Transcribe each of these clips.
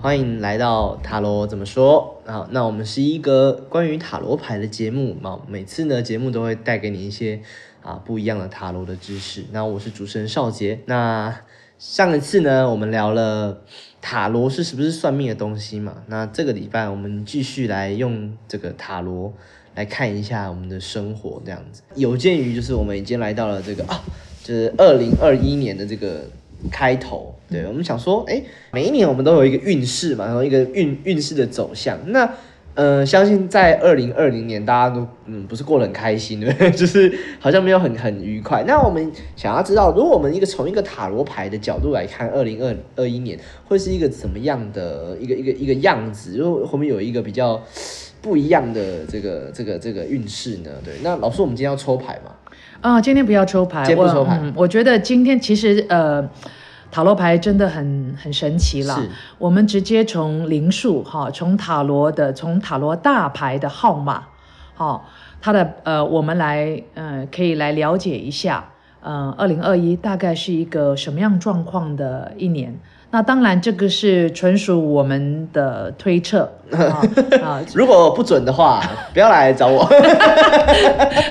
欢迎来到塔罗怎么说啊？那我们是一个关于塔罗牌的节目嘛，每次呢节目都会带给你一些啊不一样的塔罗的知识。那我是主持人邵杰。那上一次呢我们聊了塔罗是是不是算命的东西嘛？那这个礼拜我们继续来用这个塔罗来看一下我们的生活这样子。有鉴于就是我们已经来到了这个啊，就是二零二一年的这个开头，对我们想说，哎，每一年我们都有一个运势嘛，然后一个运运势的走向。那呃，相信在二零二零年，大家都嗯不是过得很开心，对不对？ 就是好像没有很很愉快。那我们想要知道，如果我们一个从一个塔罗牌的角度来看，二零二二一年会是一个怎么样的一个一个一个样子？如果我们有一个比较不一样的这个这个这个运势呢？对，那老师，我们今天要抽牌嘛？啊、今天不要抽牌，今天不抽牌我、嗯。我觉得今天其实呃，塔罗牌真的很很神奇啦是。我们直接从灵数哈，从塔罗的，从塔罗大牌的号码，哈、它的呃，我们来呃，可以来了解一下，呃，二零二一大概是一个什么样状况的一年。那当然，这个是纯属我们的推测 啊啊，如果不准的话，不要来找我，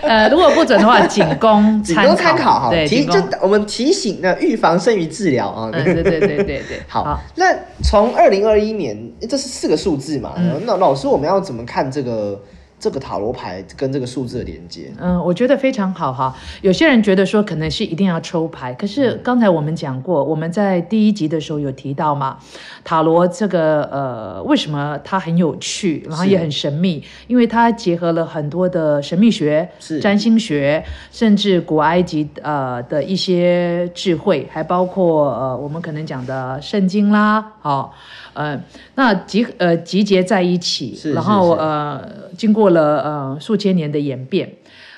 呃，如果不准的话，仅供仅供参考哈。对，提仅就供我们提醒呢，预防胜于治疗啊。嗯，对对对对对， 好，那从二零二一年，诶这是四个数字嘛？嗯那老师，我们要怎么看这个这个塔罗牌跟这个数字的连接？嗯，我觉得非常好哈。有些人觉得说可能是一定要抽牌，可嗯是刚才我们讲过，我们在第一集的时候有提到嘛，塔罗这个呃，为什么它很有趣，然后是也很神秘，因为它结合了很多的神秘学是、占星学，甚至古埃及呃的一些智慧，还包括呃我们可能讲的圣经啦，好、呃，那集呃集结在一起，是然是后是呃经过了呃数千年的演变。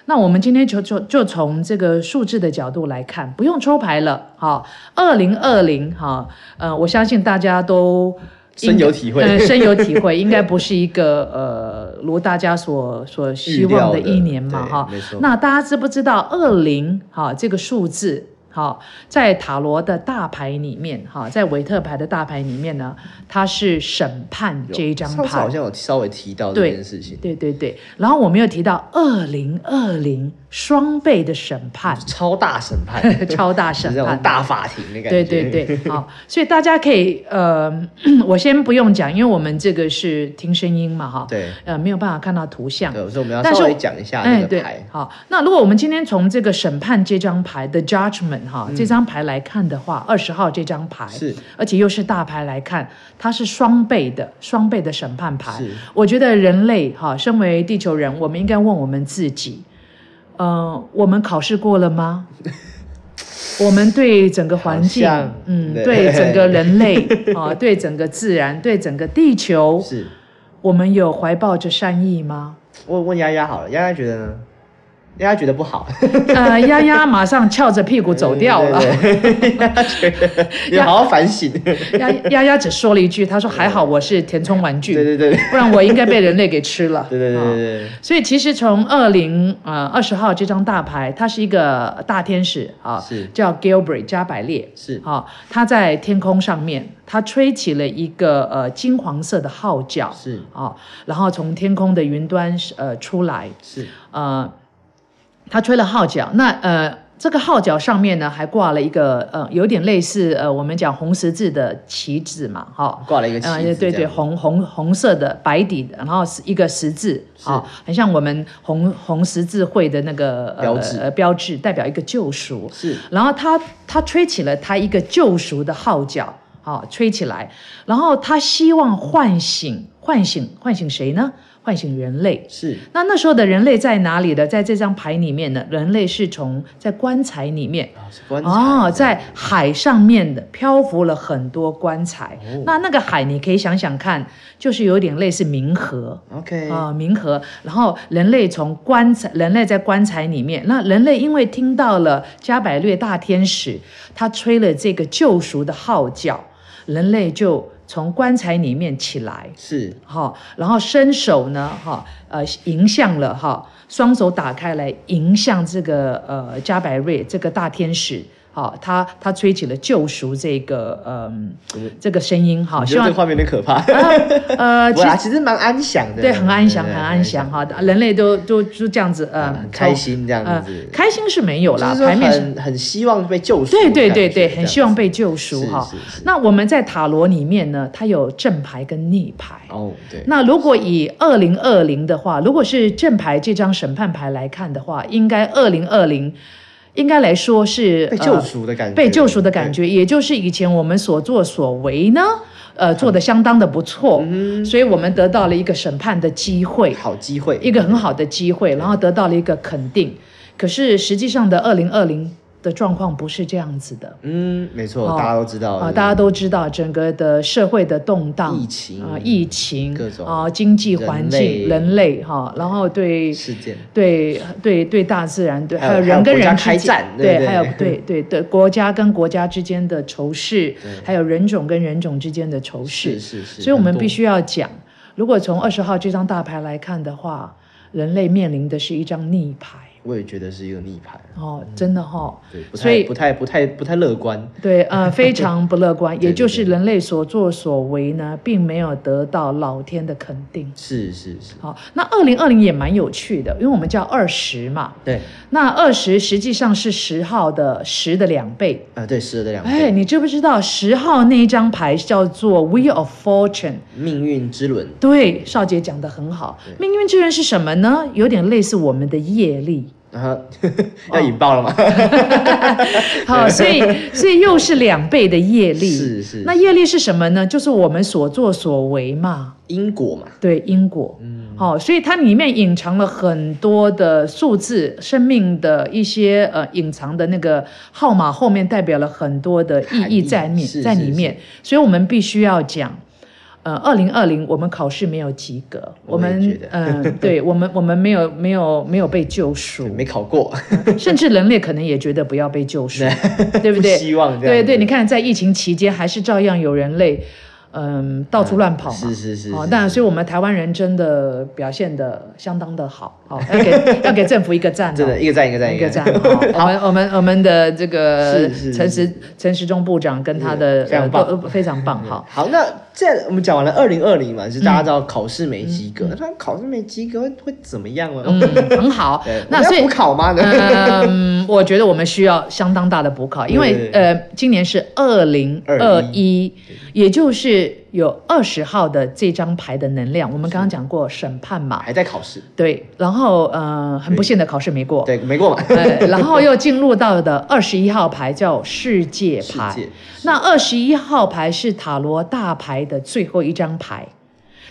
那我们今天就就就从这个数字的角度来看，不用抽牌了，哈、2二零二零哈，呃，我相信大家都应深有体会 呃，深有体会，应该不是一个呃，如大家所所希望的预料的一年嘛，对哈没错。那大家知不知道二零哈这个数字？哈，在塔罗的大牌里面，哈，在维特牌的大牌里面呢，它是审判这一张上牌。次好像有稍微提到这对件事情，对对对，然后我们又提到二零二零双倍的审判，，超大审判 超大是审那判种，大法庭的感觉。对对，对，好，所以大家可以呃， 我先不用讲，因为我们这个是听声音嘛，哈， 对呃，没有办法看到图像。对，所以我们要但是稍微我讲一下哎，这对个牌，。好，那如果我们今天从这个审判这张牌的 Judgment 哈、这张牌来看的话，二十号这张牌嗯是，而且又是大牌来看，它是双倍的双倍的审判牌是。我觉得人类哈，身为地球人，我们应该问我们自己，呃，我们考试过 了吗？我们对整个环境好像，嗯，对对整个人类 啊、对整个自然，对整个地球，是。我们有怀抱着善意吗？我问丫丫好了，丫丫觉得呢？丫丫觉得不好，呃，丫丫马上翘着屁股走掉了。对。对对丫丫觉 得你好好反省。对丫丫丫只说了一句：“她说还好我是填充玩具，对对对不然我应该被人类给吃了。”对对对啊对，所以其实从二零呃二十号这张大牌，它是一个大天使啊，是叫 Gilbert 加百列，是啊、他在天空上面，他吹起了一个呃金黄色的号角是啊、然后从天空的云端呃出来，是呃，他吹了号角，那呃，这个号角上面呢还挂了一个呃，有点类似呃我们讲红十字的旗子嘛，哈、挂了一个旗子呃，对这对，样子红红红色的白底的，然后是一个十字，是啊、很像我们红红十字会的那个呃标志呃标志，代表一个救赎。是然后他他吹起了他一个救赎的号角，好、吹起来，然后他希望唤醒唤醒唤醒谁呢？唤醒人类，是那那时候的人类在哪里呢？在这张牌里面呢，人类是从在棺材里面。啊，是棺材哦，在海上面的漂浮了很多棺材，哦那那个海你可以想想看，就是有点类似冥河 OK，啊、冥河。然后人类从棺材，人类在棺材里面，那人类因为听到了加百列大天使他吹了这个救赎的号角，人类就从棺材里面起来，是哈、然后伸手呢，哈、呃，迎向了哈、双手打开来迎向这个呃加百瑞这个大天使好、他他吹起了救赎这个嗯、这个声音哈，我觉希得这望个画面有点可怕。 呃不过其实啦，其实蛮安详的，对很安详，对很对安详哈，人类都都就这样子呃很啊开心这样呃子，开心是没有就啦，是说牌面是很很希望被救赎的对感觉，对对这对，样很子希望被救赎是哈是。是那我们在塔罗里面呢，它有正牌跟逆牌。哦，对，那如果以二零二零的话，如果是正牌这张审判牌来看的话，应该二零二零应该来说是被呃救赎的感觉，被救赎的感觉，也就是以前我们所作所为呢，呃，做的相当的不错，所以我们得到了一个审判的机会对，，嗯好机会，一个很好的机会，然后得到了一个肯定。可是实际上的二零二零的状况不是这样子的嗯，没错，哦大家都知道啊、大家都知道整个的社会的动荡。嗯疫情啊、疫情各种啊、经济环境、人类人类哈、然后对事件，对对对大自然对，还有有人还跟有国家人之开间战对不对，对还有 对对对国家跟国家之间的仇视对，还有人种跟人种之间的仇视是，是是，所以我们很多必须要讲，如果从二十号这张大牌来看的话，人类面临的是一张逆牌我也觉得是一个逆牌，哦，嗯真的哈、哦，对，不所太以不太不太不太乐观，对， 呃，非常不乐观，对也就是对对人类所作所为呢，并没有得到老天的肯定。是是是，好，那二零二零也蛮有趣的，因为我们叫二十嘛，对，那二十实际上是十号的十的两倍。啊，对，是的两哎，倍，你知不知道十号那一张牌叫做 Wheel of Fortune？命运之轮，对，少杰讲得很好。命运之人是什么呢？有点类似我们的业 力。然后哦要引爆了吗？好，所以所以又是两倍的业力。是是那是业力是什么呢？就是我们所作所为嘛。因果嘛，对因果，嗯，好、所以它里面隐藏了很多的数字，生命的一些呃隐藏的那个号码后面代表了很多的意含义义在面是在是里面，所以我们必须要讲。呃，二零二零我们考试没有及格，我我也觉们得嗯、 对我们我们没有没有没有被救赎，没考过，甚至人类可能也觉得不要被 救赎，对不对？希望这样对子对，你看在疫情期间，还是照样有人类，嗯，到处乱跑嘛。啊是是是，哦是，当然，是所以我们台湾人真的表现的相当的好，好、要给要给政府一个赞、哦，真的一个赞一个赞一个赞。好我们我们我们的这个是是陈是时陈时中部长跟他的是非常呃棒都呃非常棒，好。好，那这样我们讲完了二零二零嗯嘛，就是大家知道考试没及格，那、考试没及格会会怎么样呢？嗯，很好 对，那我们所要以补考吗？嗯，我觉得我们需要相当大的补考，因为对对对呃，今年是二零二一，也就是有二十号的这张牌的能量。我们刚刚讲过审判嘛，还在考试，对，然后呃，很不幸的考试没过，对，没过嘛？呃，然后又进入到的二十一号牌叫世界世牌，界那二十一号牌是塔罗大牌的最后一张牌。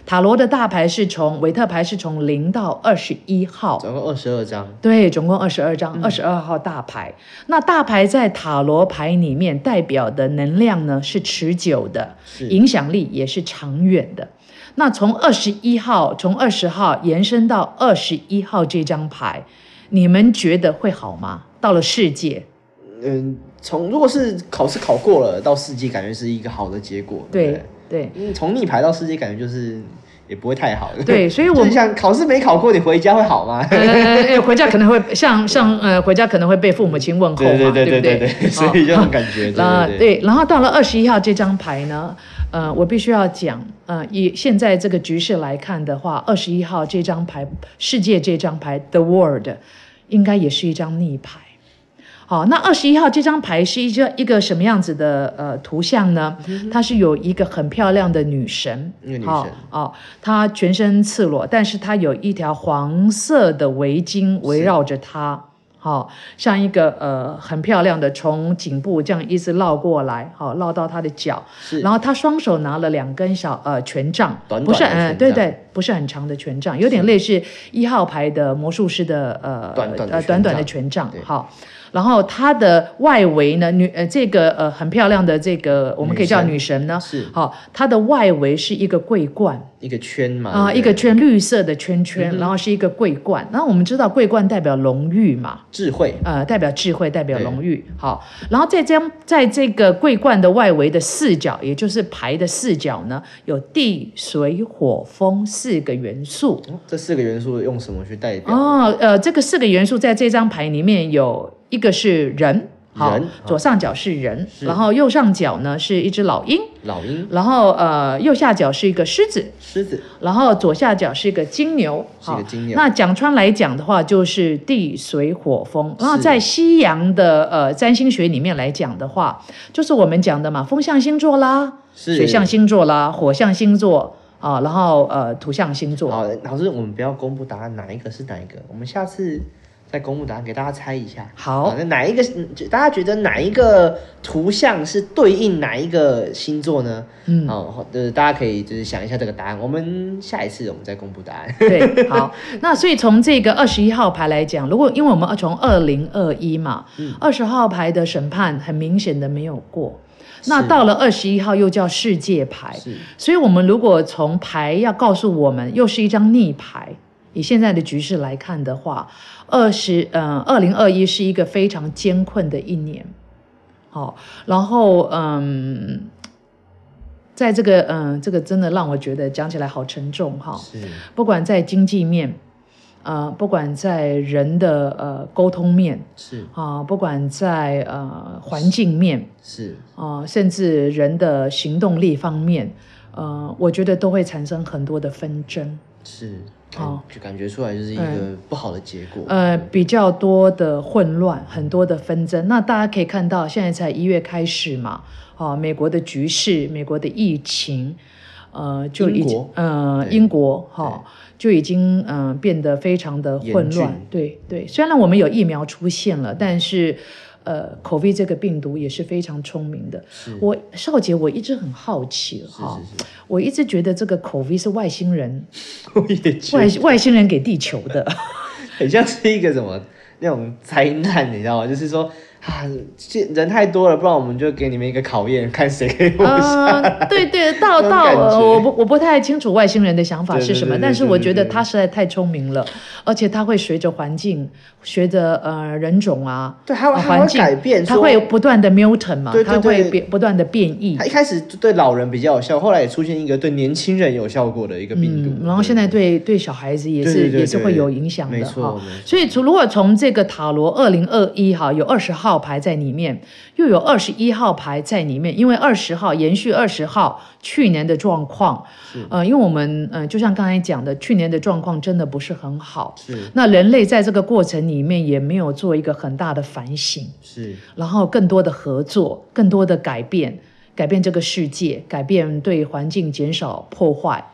塔罗的大牌是从维特牌是从零到二十一号，总共二十二章，对，总共二十二嗯张，二十二号大牌。那大牌在塔罗牌里面代表的能量呢是持久的，是影响力也是长远的。那从二十一号，从二十号延伸到二十一号这张牌，你们觉得会好吗？到了世界，嗯，从如果是考试考过了到世界，感觉是一个好的结果，对不对对对，嗯，从逆排到世界，感觉就是也不会太好， 对，所以我就们是像考试没考过，你回家会好 吗？呃，回家可能会像像呃，回家可能会被父母亲问候嘛，对对对不对对哦对，所以就很感 觉，那对对对，对，然后到了二十一号这张牌呢，呃，我必须要讲，呃，以现在这个局势来看的话，二十一号这张牌，世界这张牌，The World，应该也是一张逆牌。好，那二十一号这张牌是一个一个什么样子的呃图像呢？它是有一个很漂亮的女神嗯一个，女好神哦，她全身赤裸，但是她有一条黄色的围巾围绕着她，好、像一个呃很漂亮的从颈部这样一直绕过来，好、绕到她的脚，是然后她双手拿了两根小呃权杖，短短的不是权嗯、杖对对，不是很长的权杖，有点类似一号牌的魔术师的呃短短的呃权短短的杖权杖对，好。然后它的外围呢，女呃这个呃很漂亮的这个我们可以叫女神女神呢，是好、它的外围是一个桂冠一个圈嘛，啊、对嗯一不对个圈绿色的圈圈，然后是一个桂冠。然后我们知道桂冠代表荣誉嘛，智慧，呃，代表智慧，代表对荣誉。好，然后在将在这个桂冠的外围的四角，也就是牌的四角呢，有地、水、火、风四个元素。哦这四个元素用什么去代表？哦哦，呃，这个四个元素在这张牌里面有一个是人，好人，左上角是人，是然后右上角呢是一只老鹰，老鹰、然后呃右下角是一个狮子，狮子然后左下角是一个金牛，是一个金牛那讲穿来讲的话，就是地水火风。是然后在西洋的呃占星学里面来讲的话，就是我们讲的嘛，风象星座啦，是水象星座啦，火象星座啊，然后呃土象星座。好，老师，我们不要公布答案，哪一个是哪一个？我们下次再公布答案给大家猜一下。好那哪一个？嗯就大家觉得哪一个图像是对应哪一个星座呢？嗯好，好呃，大家可以就是想一下这个答案。我们下一次我们再公布答 案。对，好，那所以从这个二十一号牌来讲，如果因为我们从二零二一嘛，嗯二十、号牌的审判很明显的没有过，那是到了二十一号又叫世界牌，是所以我们如果从牌要告诉我们，又是一张逆牌。以现在的局势来看的话，二十嗯，二零二一是一个非常艰困的一年，好、然后嗯，在这个嗯，这个真的让我觉得讲起来好沉重哈、是不管在经济面，呃，不管在人的呃沟通面是啊、不管在呃环境面是啊、甚至人的行动力方面，呃，我觉得都会产生很多的纷争，是，好嗯就感觉出来就是一个不好的结果。呃，比较多的混乱，很多的纷争。那大家可以看到，现在才一月开始嘛，啊、美国的局势，美国的疫情。呃，就已英经国呃，对英国哈、就已经嗯、呃变得非常的严混峻乱。对对，虽然我们有疫苗出现了，但是呃，COVID 这个病毒也是非常聪明的。是我少杰，我一直很好奇是哈、是 我一直觉得这个 COVID 是外星人是，我也觉外得外星人给地球的。很像是一个什么那种灾难，你知道吗？就是说啊，这人太多了，不然我们就给你们一个考验，看谁 可以活下来。嗯，对对，那到种到感呃，觉我不我不太清楚外星人的想法是什么，对对对对但是我觉得对对对他实在太聪明了，而且他会随着环境，随着呃人种啊，对还会呃还会环境改变他说会不断的 mutant 嘛，对对他会对变不断的变异他。一开始就对老人比较有效，后来也出现一个对年轻人有效果的一个病毒，嗯，然后现在对对小孩子也是对对对也是会有影响没的错哈、没错所以从如果从这个塔罗二零二一哈有二十号牌在里面，又有二十一号牌在里面，因为二十号延续二十号去年的状况，呃，因为我们呃就像刚才讲的，去年的状况真的不是很好，是那人类在这个过程里面也没有做一个很大的反省，是然后更多的合作，更多的改变，改变这个世界，改变对环境减少破坏，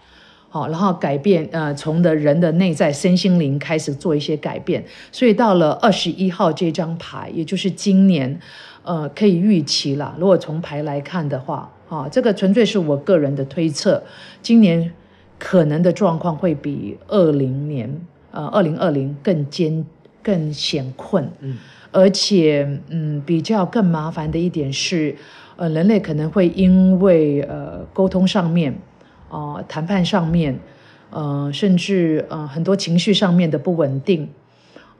好，然后改变呃，从的人的内在身心灵开始做一些改变，所以到了二十一号这张牌，也就是今年，呃，可以预期啦。如果从牌来看的话，啊，这个纯粹是我个人的推测，今年可能的状况会比二零年，呃，二零二零更艰更险困，嗯，而且嗯，比较更麻烦的一点是，呃，人类可能会因为呃沟通上面，呃谈判上面，呃甚至呃很多情绪上面的不稳定，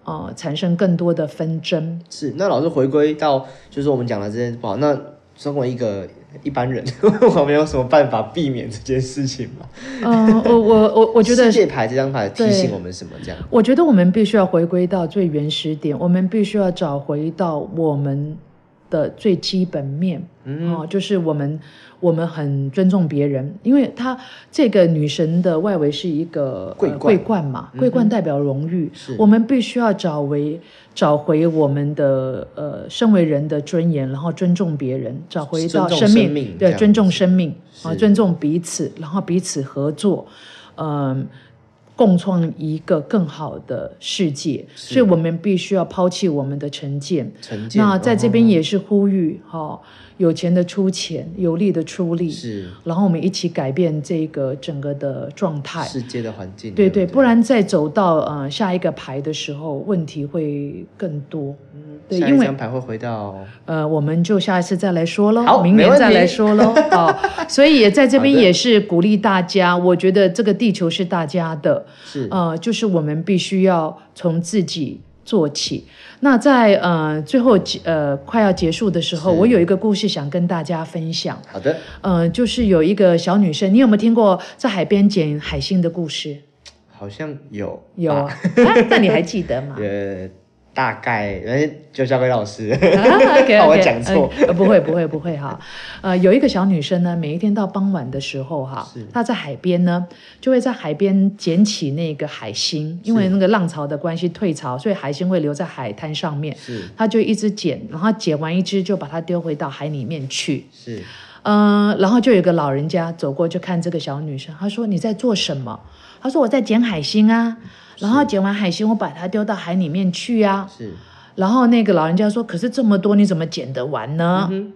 呃产生更多的纷争。是。那老师回归到就是我们讲的这件不好，那身为一个一般人， 我没有什么办法避免这件事情嘛？嗯、我我我我觉得世界牌这张牌提醒对我们什么？这样我觉得我们必须要回归到最原始点，我们必须要找回到我们的最基本面，嗯、哦，就是我们我们很尊重别人，因为她这个女神的外围是一个桂呃冠嗯桂冠嘛，桂冠代表荣誉，是我们必须要找回找回我们的呃身为人的尊严，然后尊重别人，找回到尊重生命，生命这对，样尊重生命啊，是尊重彼此，然后彼此合作，嗯，共创一个更好的世界。所以我们必须要抛弃我们的成见。成见，那在这哦边也是呼吁哈、哦有钱的出钱，有力的出力，是然后我们一起改变这个整个的状态。世界的环境，对对对，不不然再走到呃下一个牌的时候，问题会更多。对，下因一为张牌会回到呃，我们就下一次再来说喽，好明没年问再题来 说喽。好，所以也在这边好的也是鼓励大家，我觉得这个地球是大家的，是呃，就是我们必须要从自己做起。那在呃最后结呃快要结束的时候，是我有一个故事想跟大家分享。好的，呃，就是有一个小女生，你有没有听过在海边捡海星的故事？好像有有啊吧啊，那、你还记得吗？呃，大概，反正就交给老师， OK，怕我讲错。嗯呃不会不会不会哈。呃，有一个小女生呢，每一天到傍晚的时候哈是，她在海边呢，就会在海边捡起那个海星，因为是那个浪潮的关系退潮，所以海星会留在海滩上面。是她就一直捡，然后捡完一只就把它丢回到海里面去。是嗯，然后就有一个老人家走过，就看这个小女生，她说：“你在做什么？”她说：“我在捡海星啊。”然后捡完海星，我把它丢到海里面去啊。是，然后那个老人家说：“可是这么多，你怎么捡得完呢？”嗯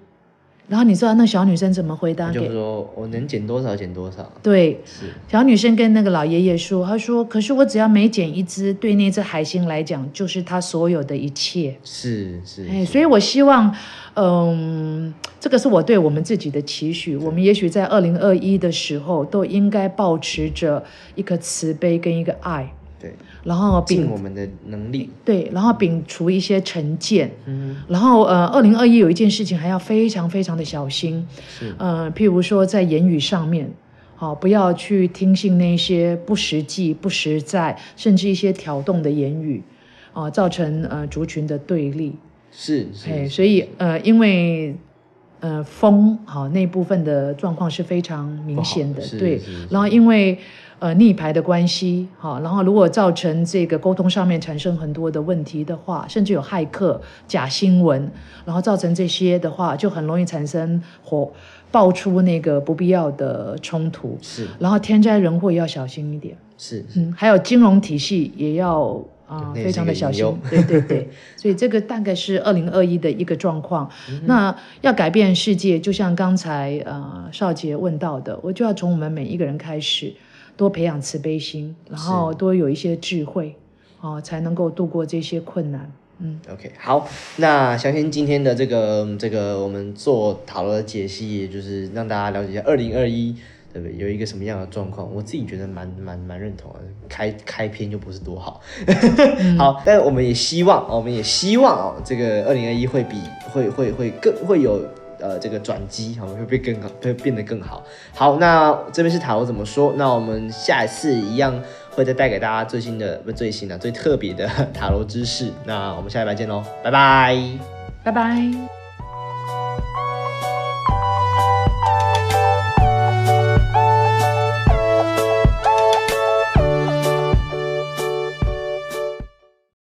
然后你知道那小女生怎么回答哼，就给？说我能减多少减多少，对，是小女生跟那个老爷爷说：“她说，可是我只要每捡一只，对那只海星来讲，就是它所有的一切。是是，哎，是所以我希望，嗯，这个是我对我们自己的期许。我们也许在二零二一的时候，都应该保持着一个慈悲跟一个爱，对，然后尽摒我们的能力，对，然后摒除一些成见。嗯然后呃，二零二一有一件事情还要非常非常的小心，哼，是呃，譬如说在言语上面，好、不要去听信那些不实际、不实在，甚至一些挑动的言语，啊、造成呃族群的对立。是哎，是，所以呃，因为呃风好、那部分的状况是非常明显不的好，是对是是。然后因为呃逆排的关系，好、然后如果造成这个沟通上面产生很多的问题的话，甚至有骇客、假新闻，然后造成这些的话，就很容易产生火爆出那个不必要的冲突。是然后天灾人祸也要小心一点，是嗯，还有金融体系也要啊、对那也非是常一的个小隐心忧，对对对， 所以这个大概是二零二一的一个状况。嗯那要改变世界，就像刚才呃少杰问到的，我就要从我们每一个人开始，多培养慈悲心，然是后多有一些智慧，哦、才能够度过这些困难。嗯， OK，好，那相信今天的这个嗯这个我们做塔罗的解析，也就是让大家了解一下二零二一，对不对？有一个什么样的状况？我自己觉得蛮蛮蛮认同的，啊开开篇就不是多好。 好，但我们也希望，我们也希望哦，这个二零二一会比会会会更会有。呃，这个转机好，会变更好，会变得更好。好，那这边是塔罗怎么说？那我们下一次一样会再带给大家最新的，不是最新 的，最特别的塔罗知识。那我们下礼拜见喽，拜拜。拜拜。